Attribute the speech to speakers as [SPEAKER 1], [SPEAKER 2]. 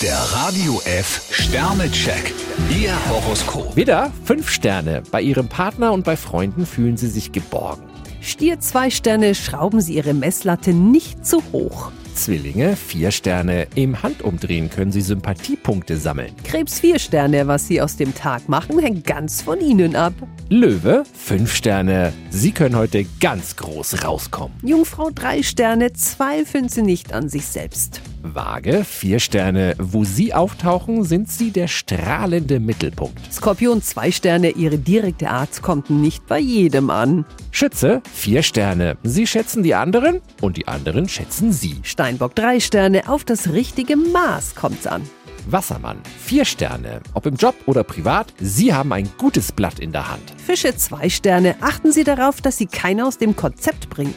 [SPEAKER 1] Der Radio F Sternecheck. Ihr Horoskop.
[SPEAKER 2] Widder, fünf Sterne. Bei Ihrem Partner und bei Freunden fühlen Sie sich geborgen.
[SPEAKER 3] Stier zwei Sterne, schrauben Sie Ihre Messlatte nicht zu hoch.
[SPEAKER 2] Zwillinge, vier Sterne. Im Handumdrehen können Sie Sympathiepunkte sammeln.
[SPEAKER 3] Krebs vier Sterne, was Sie aus dem Tag machen, hängt ganz von Ihnen ab.
[SPEAKER 2] Löwe, fünf Sterne. Sie können heute ganz groß rauskommen.
[SPEAKER 3] Jungfrau drei Sterne, zweifeln Sie nicht an sich selbst.
[SPEAKER 2] Waage, vier Sterne. Wo Sie auftauchen, sind Sie der strahlende Mittelpunkt.
[SPEAKER 3] Skorpion zwei Sterne, Ihre direkte Art kommt nicht bei jedem an.
[SPEAKER 2] Schütze, vier Sterne. Sie schätzen die anderen und die anderen schätzen Sie.
[SPEAKER 3] Steinbock drei Sterne, auf das richtige Maß kommt's an.
[SPEAKER 2] Wassermann, vier Sterne. Ob im Job oder privat, Sie haben ein gutes Blatt in der Hand.
[SPEAKER 3] Fische zwei Sterne, achten Sie darauf, dass Sie keiner aus dem Konzept bringt.